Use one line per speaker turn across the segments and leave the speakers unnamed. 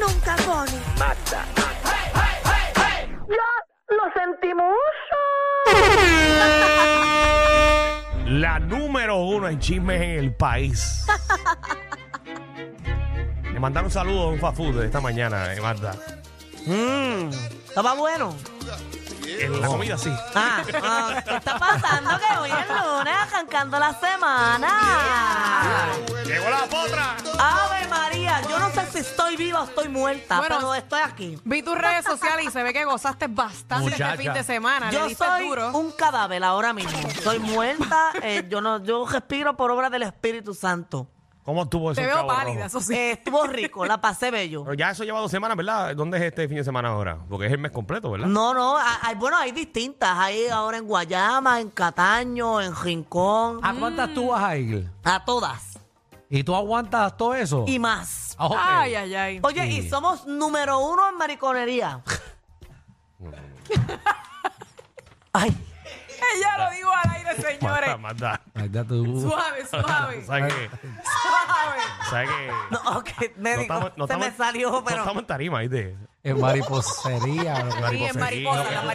nunca pone.
La número uno en chismes en el país. Le mandaron un saludo a un fast food de esta mañana, eh, Marta.
Mmm, estaba bueno.
En la comida sí.
Ah, ah, ¿qué está pasando? Que hoy es lunes, arrancando la semana.
¡Llegó la potra!
Ah. Ave María, yo no sé si estoy viva o estoy muerta,
Bueno,
pero estoy aquí.
Vi tus redes sociales y se ve que gozaste bastante
Muchacha.
este fin de semana.
Yo
le diste
soy
duro.
un cadáver ahora mismo. Soy muerta, eh, yo no, yo respiro por obra del Espíritu Santo.
¿Cómo estuvo eso?
Te veo pálida, eso sí.
Eh, estuvo rico, la pasé bello.
Pero ya eso lleva dos semanas, ¿verdad? ¿Dónde es este fin de semana ahora? Porque es el mes completo, ¿verdad?
No, no, hay- hay- bueno, hay distintas. Hay ahora en Guayama, en Cataño, en Rincón,
¿A cuántas tú vas a ir?
a todas
¿Y tú aguantas todo eso?
y más.
Ah, ok.
Ay, ay, ay.
Oye, y somos número uno en mariconería. Ay,
Ella lo digo al aire,
Marta,
señores.
Marta.
Ay, ya tú.
Suave, suave,
¿Sabes qué?
suave.
¿Sabes qué?
no, ok, me digo,
estamos- no
se me
estamos-
salió,
No
pero
estamos en tarima, ¿viste?
En mariposería. lo que tú
Sí,
Mariposería,
es
lo
mariposa, la
que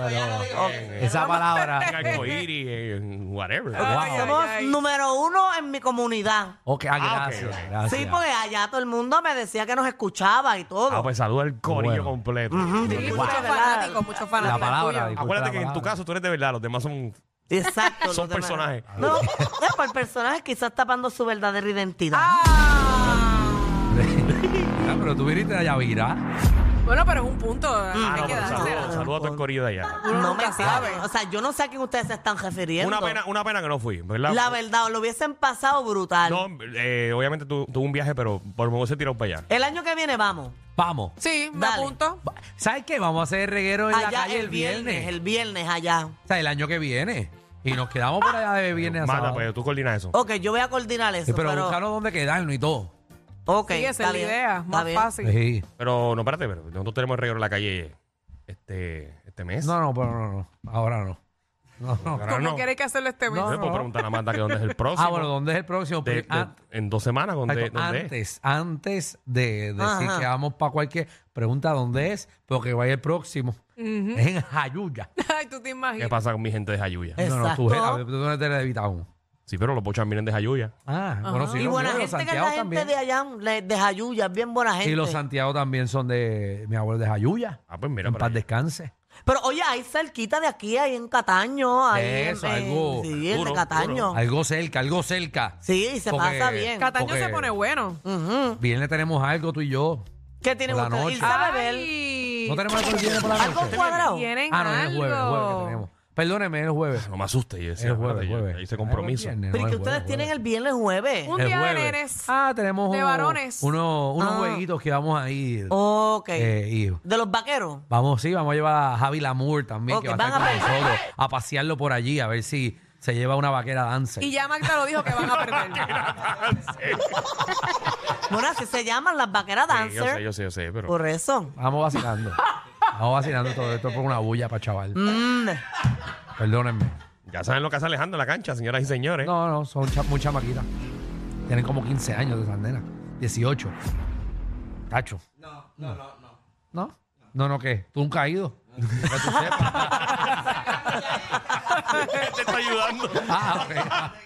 mariposa.
quieras, pero
En
Esa palabra.
arcoíris, en whatever.
Ay,
Wow.
ay.
somos número uno en mi comunidad.
Ok, ah,
Ah, ok,
gracias,
ok.
gracias.
Sí, porque allá todo el mundo me decía que nos escuchaba y todo.
Ah, pues saluda al corillo
Bueno.
completo.
Sí,
Wow.
muchos fanáticos, muchos fanáticos.
La palabra.
tuyos.
disculpa
Acuérdate
la
que en tu
palabra.
caso tú eres de verdad, los demás son
Exacto.
Son
los demás.
personajes.
No, es por personajes quizás tapando su verdadera identidad.
Ah.
Ah, pero tú viniste de Yavira.
Bueno, pero es un punto. ¿eh?
Ah,
hay
no,
que
pero
dársela.
saludos saludo a todo el corillo de allá.
Uno
no
nunca
me
sabe.
sabe. O sea, yo no sé a quién ustedes se están refiriendo.
Una pena, una pena que no fui, ¿verdad?
La verdad, lo hubiesen pasado brutal.
No, eh, obviamente tu- tuve un viaje, pero por lo menos se tiró para allá.
El año que viene vamos.
Vamos.
Sí, me
Dale.
apunto.
Va- ¿Sabes qué? Vamos a hacer reguero en la
Allá
calle el viernes.
El viernes allá.
O sea, el año que viene. Y nos quedamos por allá de viernes a
Mata,
sábado.
pues tú coordinas eso.
Ok, yo voy a coordinar eso.
Sí, pero
pero
buscaron dónde quedarnos y todo.
Ok,
Sí, esa
está
es la
bien,
idea.
está
Más
bien.
fácil.
Sí.
Pero no, espérate, pero nosotros tenemos el reguero en la calle este, este mes.
No, no, pero no, no. Ahora no. No, no.
Ahora
¿Cómo
no.
queréis que hacerlo este mes?
No,
No,
puedo
no.
preguntar a Mata que dónde es el próximo.
Ah, bueno, ¿dónde es el próximo?
De- de-
Ah,
en dos semanas, ¿dónde,
Exacto,
dónde es?
pues, antes, antes de decir
Ajá.
que vamos para cualquier pregunta dónde es, porque vaya el próximo. Es en Jayuya.
Ay, tú te
¿Qué
imaginas.
pasa con mi gente de Jayuya?
Eh.
No, no, tú,
Exacto.
eh, tú no eres de Levitown.
Sí, pero los bochas vienen de Jayuya.
Ah, bueno, sí,
Y
los
buena gente
míos, los
que es
Santiago
la gente
también.
de allá, le- de Jayuya, es bien buena gente.
Y los Santiago también son de mi abuelo de Jayuya.
Ah, pues mira
En
para
paz
allá.
descanse.
Pero oye, ahí cerquita de aquí, ahí en Cataño. Ahí
Eso,
en, en-
algo
Sí, el
duro,
de Cataño.
duro.
Algo cerca, algo cerca.
Sí, y se
Porque-
pasa bien.
Cataño
Porque-
se pone bueno.
Ujú.
Viernes tenemos algo tú y yo.
¿Qué tienen
Por la
ustedes?
noche.
Irse a beber.
Ay.
¿No tenemos algo el viernes por la
Algo
noche?
cuadrado.
Tienen
Ah, no, es el
algo.
jueves, el jueves que tenemos. Perdóneme, es el jueves.
No me asustes, yo decía.
El jueves,
espérate,
el
yo-
jueves.
yo hice compromiso.
Ah, no, el viernes,
Pero
no,
es que
el
ustedes
jueves,
tienen
el
el viernes jueves.
Un
El
día de
jueves.
nenes.
Ah, tenemos
De
un-
varones.
uno- unos
Ah.
jueguitos que vamos a ir.
Ok.
Eh, y
de los vaqueros.
vamos, sí, vamos a llevar a Javi Lamour también,
Ok,
que va a estar
van a
con nosotros, a pasearlo por allí, a ver si se lleva una vaquera danza.
Y ya Magda lo dijo que van a perder.
Bueno, así se llaman las vaqueras
Sí, yo
dancer.
sé, yo sé, yo sé, pero...
Por eso.
Vamos vacilando. vamos vacilando todo esto por una bulla para chaval.
Mm.
Perdónenme.
Ya saben lo que hace Alejandro en la cancha, señoras y señores.
No, no, son cha- muy chamaquitas. Tienen como 15 años de esas nenas. 18. Tacho. No, no, no, no. ¿No? No, no, ¿qué? ¿Tú nunca has ido? Que tú sepas.
Te está ayudando.
Ah, ok.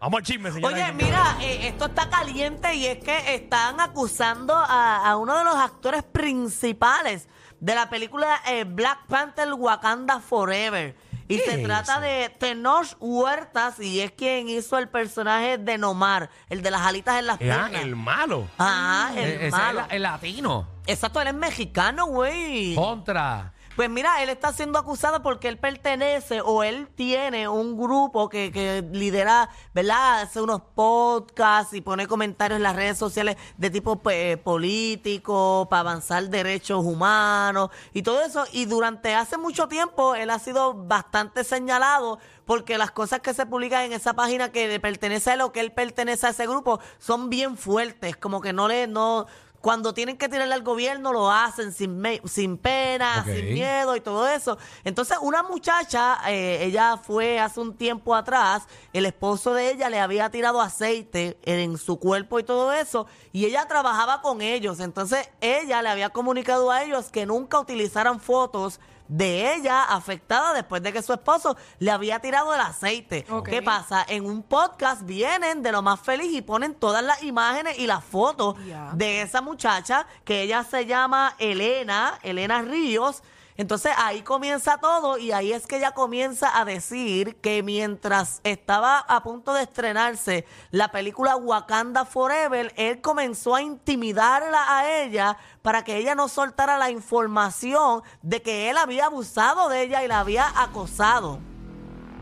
Vamos al chisme, señores.
Oye, mira, eh, esto está caliente y es que están acusando a, a uno de los actores principales de la película eh, Black Panther Wakanda Forever. Y se trata de Tenoch Huertas y es quien hizo el personaje de Nomar, el de las alitas en las
Ah,
piernas.
el malo.
Ah, el
Ese Eh, E-, es
malo.
la- el latino.
Exacto, él es mexicano, güey.
Contra.
Pues mira, él está siendo acusado porque él pertenece o él tiene un grupo que, que lidera, ¿verdad? Hace unos podcasts y pone comentarios en las redes sociales de tipo pues, político, para avanzar derechos humanos y todo eso. Y durante hace mucho tiempo él ha sido bastante señalado porque las cosas que se publican en esa página que le pertenece a él o que él pertenece a ese grupo son bien fuertes, como que no le, no, cuando tienen que tirarle al gobierno lo hacen sin, me- sin pena,
Ok.
sin miedo y todo eso. Entonces una muchacha, eh, ella fue hace un tiempo atrás, el esposo de ella le había tirado aceite en su cuerpo y todo eso, y ella trabajaba con ellos. Entonces ella le había comunicado a ellos que nunca utilizaran fotos de ella afectada después de que su esposo le había tirado el aceite.
Ok.
¿Qué pasa? En un podcast vienen de lo más feliz y ponen todas las imágenes y las fotos
Ya.
de esa muchacha que ella se llama Elena, Elena Ríos. Entonces ahí comienza todo y ahí es que ella comienza a decir que mientras estaba a punto de estrenarse la película Wakanda Forever, él comenzó a intimidarla a ella para que ella no soltara la información de que él había abusado de ella y la había acosado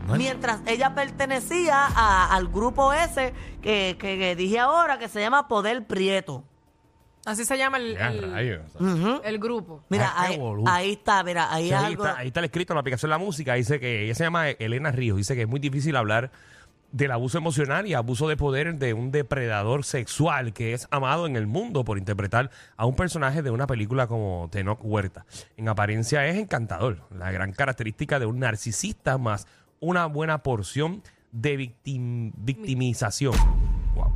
No,
mientras ella pertenecía a- al grupo ese que, que- que dije ahora, que se llama Poder Prieto.
Así se llama el,
Ya,
el-
rayos.
el grupo.
Mira,
Ah, qué
ahí,
boludo.
ahí está, mira, ahí
Sí,
es
ahí,
algo.
está, ahí está el escrito en la aplicación de la música. Dice que ella se llama Elena Ríos. Dice que es muy difícil hablar del abuso emocional y abuso de poder de un depredador sexual que es amado en el mundo por interpretar a un personaje de una película como Tenoch Huerta. En apariencia es encantador, la gran característica de un narcisista más una buena porción de victim- victimización. Wow.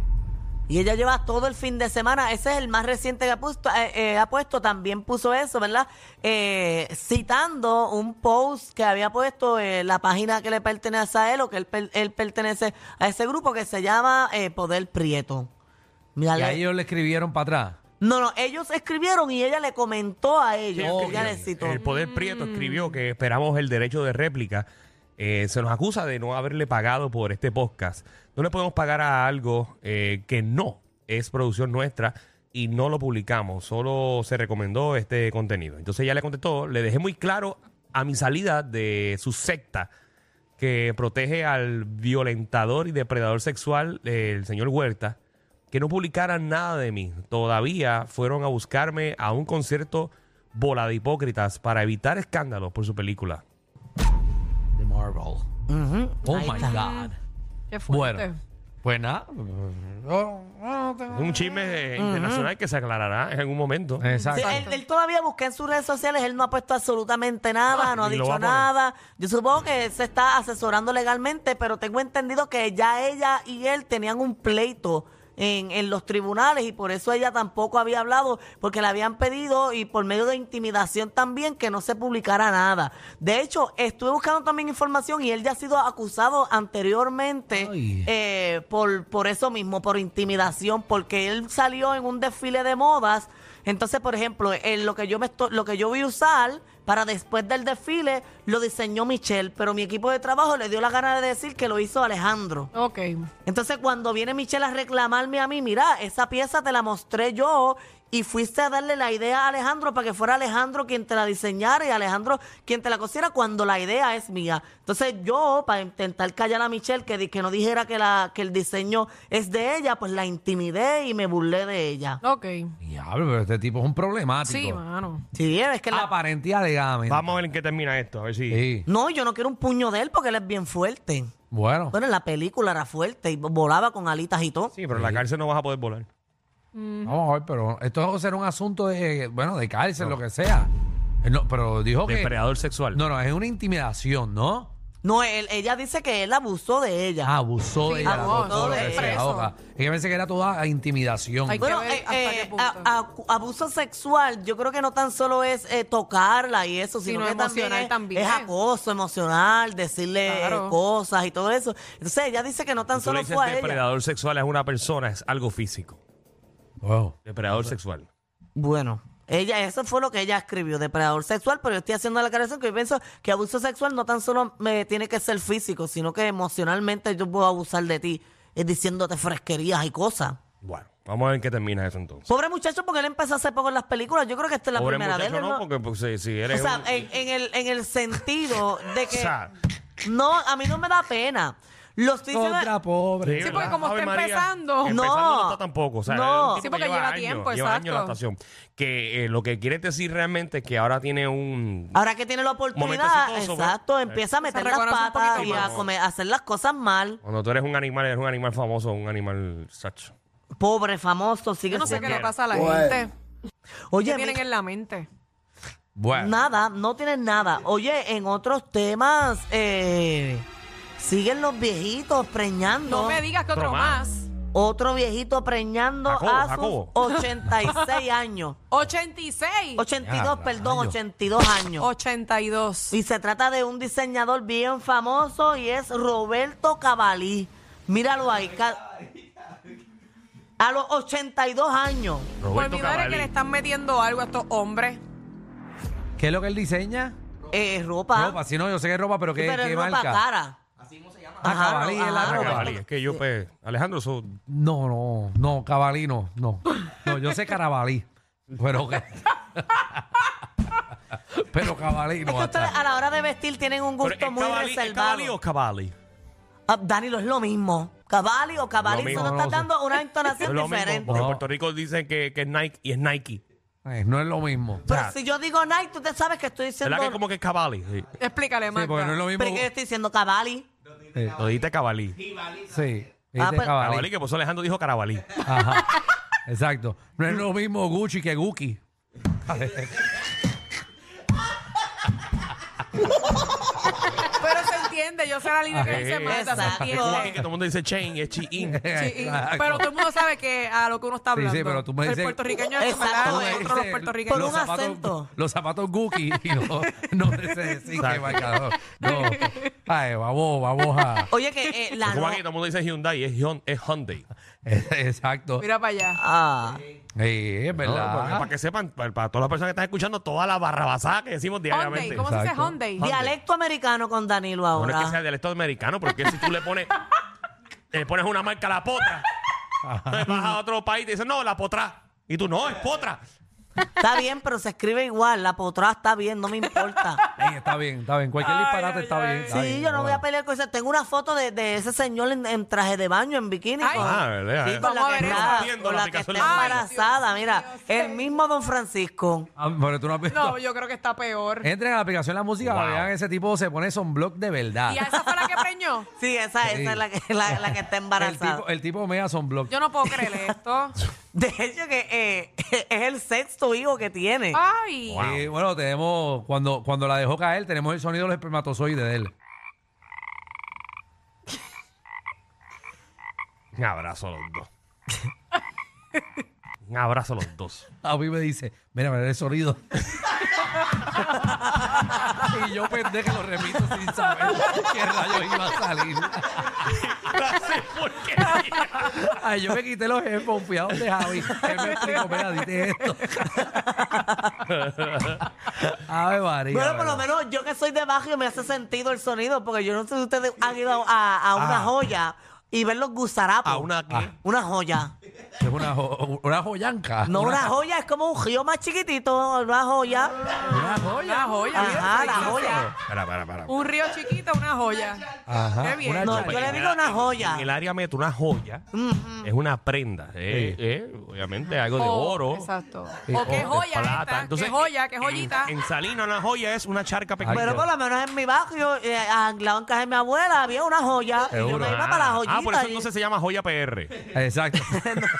Y ella lleva todo el fin de semana. Ese es el más reciente que ha puesto. eh, eh, ha puesto también puso eso, ¿verdad? Eh, citando un post que había puesto eh, la página que le pertenece a él o que él, per- él pertenece a ese grupo que se llama eh, Poder Prieto. Mira,
Y
le-
a ellos le escribieron para atrás.
No, no, ellos escribieron y ella le comentó a ellos.
Sí,
ella
escribió.
les citó.
El Poder Prieto escribió que esperamos el derecho de réplica. Eh, se nos acusa de no haberle pagado por este podcast. No le podemos pagar a algo eh, que no es producción nuestra y no lo publicamos. Solo se recomendó este contenido. Entonces ella le contestó, le dejé muy claro a mi salida de su secta que protege al violentador y depredador sexual, eh, el señor Huerta, que no publicaran nada de mí. Todavía fueron a buscarme a un concierto bola de hipócritas para evitar escándalos por su película.
The Marvel. Oh
Ahí
my
está.
God.
Qué fuerte.
Bueno. Pues nada.
Es un chisme eh, internacional que se aclarará en algún momento.
Sí,
Exacto.
él, él todavía busca en sus redes sociales, él no ha puesto absolutamente nada,
Ah,
no ha
ni lo
dicho
va a poner.
nada. Yo supongo que él se está asesorando legalmente, pero tengo entendido que ya ella y él tenían un pleito en, en los tribunales y por eso ella tampoco había hablado, porque le habían pedido y por medio de intimidación también que no se publicara nada. De hecho, estuve buscando también información y él ya ha sido acusado anteriormente
Ay.
eh, por, por eso mismo, por intimidación, porque él salió en un desfile de modas. Entonces, por ejemplo, en lo que yo me esto- lo que yo voy a usar para después del desfile lo diseñó Michelle, pero mi equipo de trabajo le dio la gana de decir que lo hizo Alejandro.
Ok.
Entonces, cuando viene Michelle a reclamarme a mí, mira, esa pieza te la mostré yo y fuiste a darle la idea a Alejandro para que fuera Alejandro quien te la diseñara y Alejandro quien te la cosiera cuando la idea es mía. Entonces, yo, para intentar callar a Michelle, que, di- que no dijera que, la, que el diseño es de ella, pues la intimidé y me burlé de ella.
Ok.
Diablo, pero este tipo es un problemático.
Sí, mano.
Sí, es que la-
Aparente y alegadamente.
Vamos a ver en qué termina esto. A ver si.
Sí.
No, yo no quiero un puño de él porque él es bien fuerte.
Bueno.
Bueno, en la película era fuerte y volaba con alitas y todo.
Sí, pero en la cárcel no vas a poder volar.
Vamos a ver, pero esto será un asunto de, bueno, de cárcel, lo que sea. Eh, no, pero dijo que...
Depredador sexual.
No, no, es una intimidación, ¿no?
No, él- ella dice que él abusó de ella.
Ah, abusó
Sí,
de ella.
abusó
todo lo
de
que
ella.
sea,
Preso.
oja. Es que pensé que era toda intimidación.
Ay,
Bueno,
que ver
eh,
hasta qué
eh,
punto.
a- acu- abuso sexual, yo creo que no tan solo es eh, tocarla y eso, sino,
Sino
que también
emocional
es,
también.
es acoso emocional, decirle eh,
Claro.
cosas y todo eso. Entonces ella dice que no tan
Tú le
solo
dices
fue a ella.
depredador sexual es una persona, es algo físico.
Wow.
Depredador sexual.
Bueno, ella eso fue lo que ella escribió, depredador sexual, pero yo estoy haciendo la aclaración que yo pienso que abuso sexual no tan solo me tiene que ser físico, sino que emocionalmente yo puedo abusar de ti eh, diciéndote fresquerías y cosas.
Bueno. Vamos a ver en qué termina eso entonces.
Pobre muchacho, porque él empezó hace poco en las películas. Yo creo que esta es la
Pobre
primera de
muchacho,
él.
no,
¿no?
porque pues, si, si
O
eres
sea,
un-
en, en el, en el sentido de que.
O sea,
no, a mí no me da pena. Lo estoy diciendo-
Contra pobre.
Sí,
¿verdad?
porque como
Ave
está
María.
empezando.
Empezando
No.
no está tampoco. O sea,
No.
es un tipo
Sí, porque
que
lleva
años,
tiempo,
Lleva años en la
exacto.
estación. Que eh, lo que quiere decir realmente es que ahora tiene un...
Ahora que tiene la oportunidad,
Momento exitoso,
exacto,
pues.
empieza a meter las
reconoce un
patas
poquito
y a
más.
comer- a hacer las cosas mal.
Cuando tú eres un animal, eres un animal famoso, un animal sacho.
Pobre, famoso, sigue
Yo no sé qué
siendo-
le pasa a la gente. ¿Qué
Oye,
tienen
mira,
en la mente?
Bueno.
nada, no tienen nada. Oye, en otros temas, eh, siguen los viejitos preñando.
No me digas que
Otro
otro
más.
más.
Otro viejito preñando
Jacobo,
a sus
Jacobo.
86 años.
86.
82,
Ya,
perdón,
rayos.
82 años.
82.
Y se trata de un diseñador bien famoso y es Roberto Cavalí. Míralo ahí. ca- A los 82 años.
Por
Roberto
Pues mi madre
Cavalli.
que le están metiendo algo a estos hombres.
¿Qué es lo que él diseña?
Eh, ropa.
Ropa, si no, yo sé que es ropa, pero ¿qué,
Sí, pero
qué
es ropa
marca?
cara.
Ah,
Ajá,
Cavalli es la
ajá.
Ah,
ropa.
Cavalli. Es que yo, pues, Alejandro, eso...
No, no, no, Cavalí no, no. No, yo sé Carabalí. Pero que. pero Cavalí
Es
no.
que ustedes
hasta-
a la hora de vestir tienen un
Pero,
gusto
¿es
muy
Cavalli- ¿es Cavalli
reservado.
o Cavalli?
Ah, Danilo, es lo mismo. Cavalli o
Lo
Cavalli,
mismo.
solo estás
No, no,
dando una
Es
entonación
lo mismo,
diferente.
porque en
No.
Puerto Rico dicen que, que es Nike y es Nike.
Ay, no es lo mismo.
Pero
sea,
si yo digo Nike, tú te sabes que estoy diciendo...
¿Verdad que es como que es Cavalli? Sí.
Explícale,
Sí,
Magda.
porque no es lo mismo.
Pero que yo estoy diciendo Cavalli.
Eh,
Lo dijiste Cavalli.
sí,
Ah,
este
pero-
Cavalí.
Cavalli, que por eso Alejandro dijo Carabalí.
Ajá. Exacto. No es lo mismo Gucci que Gucci.
Pero se entiende, yo sé la línea
Ah,
que
Ajá.
dice Magda, se
Exacto.
Es como aquí que
entiende.
todo el mundo dice chain, es chi-in.
Sí, y- pero todo el mundo sabe que a lo que uno está
Sí, sí,
hablando.
pero tú me
el
dices-
puertorriqueño es
Exacto,
como
eh.
nosotros los puertorriqueños.
Por un
zapatos-
acento.
Los zapatos Gucci y no, no se decir que
Exacto.
marcador. No. Ay, vamos, vamos a.
Oye, que eh, la...
Como
no-
aquí todo el mundo dice Hyundai, es, Hyun- es Hyundai.
Exacto.
Mira para allá.
Ah.
Sí, es
No, porque
verdad.
Para que sepan, para, para todas las personas que están escuchando, toda la barrabasada que decimos diariamente.
Hyundai, ¿cómo se dice
Exacto.
Hyundai?
Hyundai.
Dialecto americano con Danilo
No, no es que
ahora.
sea dialecto americano, porque si tú le pones, le pones una marca a la potra, entonces vas a otro país y te dicen, no, la potra. Y tú, no, es potra.
Está bien, pero se escribe igual. La potra está bien, no me importa.
Ey, está bien, está bien. Cualquier
Ay,
disparate
ay,
está
ay.
bien. está
Sí,
bien,
yo no voy a
bueno.
pelear con eso. Tengo una foto de, de ese señor en, en traje de baño, en bikini.
Ay.
con-
Ah, ¿verdad?
sí, con
Vamos a
la
ver
que
eso.
está,
Viendo
con
la
la que está
aplicación de la
embarazada.
Ay,
Mira,
Dios
el
mío.
mismo don Francisco.
Ah, pero tú no has visto.
No, yo creo que está
Eh,
peor.
Entren a la aplicación de la música,
Wow.
vean ese tipo se pone sonblock de verdad.
¿Y a esa fue la que preñó?
Sí, esa,
Sí.
esa es la que, la, la que está
El tipo,
embarazada.
el tipo mega sonblock.
Yo no puedo creer esto.
De hecho, que eh, es el sexto hijo que tiene.
Ay.
Wow.
Sí, Eh, bueno, tenemos, cuando, cuando la dejó caer, tenemos el sonido de los espermatozoides de él.
Un abrazo a los dos. Un abrazo a los dos.
A mí me dice, mira, mira el sonido. y yo pensé que lo repito sin saber qué rayos iba a salir.
No sé por qué.
Ay, yo me quité los headphones, fui a donde Javi. Él me explicó, mira, dite esto. Ave María.
Bueno, por lo
¿verdad?
menos yo que soy de barrio me hace sentido el sonido, porque yo no sé si ustedes han ido a, a una joya y ver los gusarapos.
Ah. A una qué?
Una joya.
Es una, jo- una joyanca.
No, una joya es como un río más chiquitito, una joya.
Una
Una
joya.
joya.
Ajá,
mira,
la
preciosa.
joya.
Para, para, para.
Un río chiquito, una joya.
Ajá,
Qué bien.
una
No,
joya.
yo le
En
digo
el-
una joya.
En el área metro, una joya es una prenda. eh, eh, obviamente, algo de
Oh,
O-
oro. oh,
Exacto.
Sí,
O qué
o-
joya
plata.
esta,
Entonces, eh,
qué joya, qué
en-
joyita.
En, Salina, una joya es una charca pequeña.
Pero por lo menos en mi barrio, eh, anclado en casa de mi abuela, había una joya. Y yo
Seguro.
me iba para la joyita.
Ah, por eso
y-
entonces se llama joya PR.
Exacto.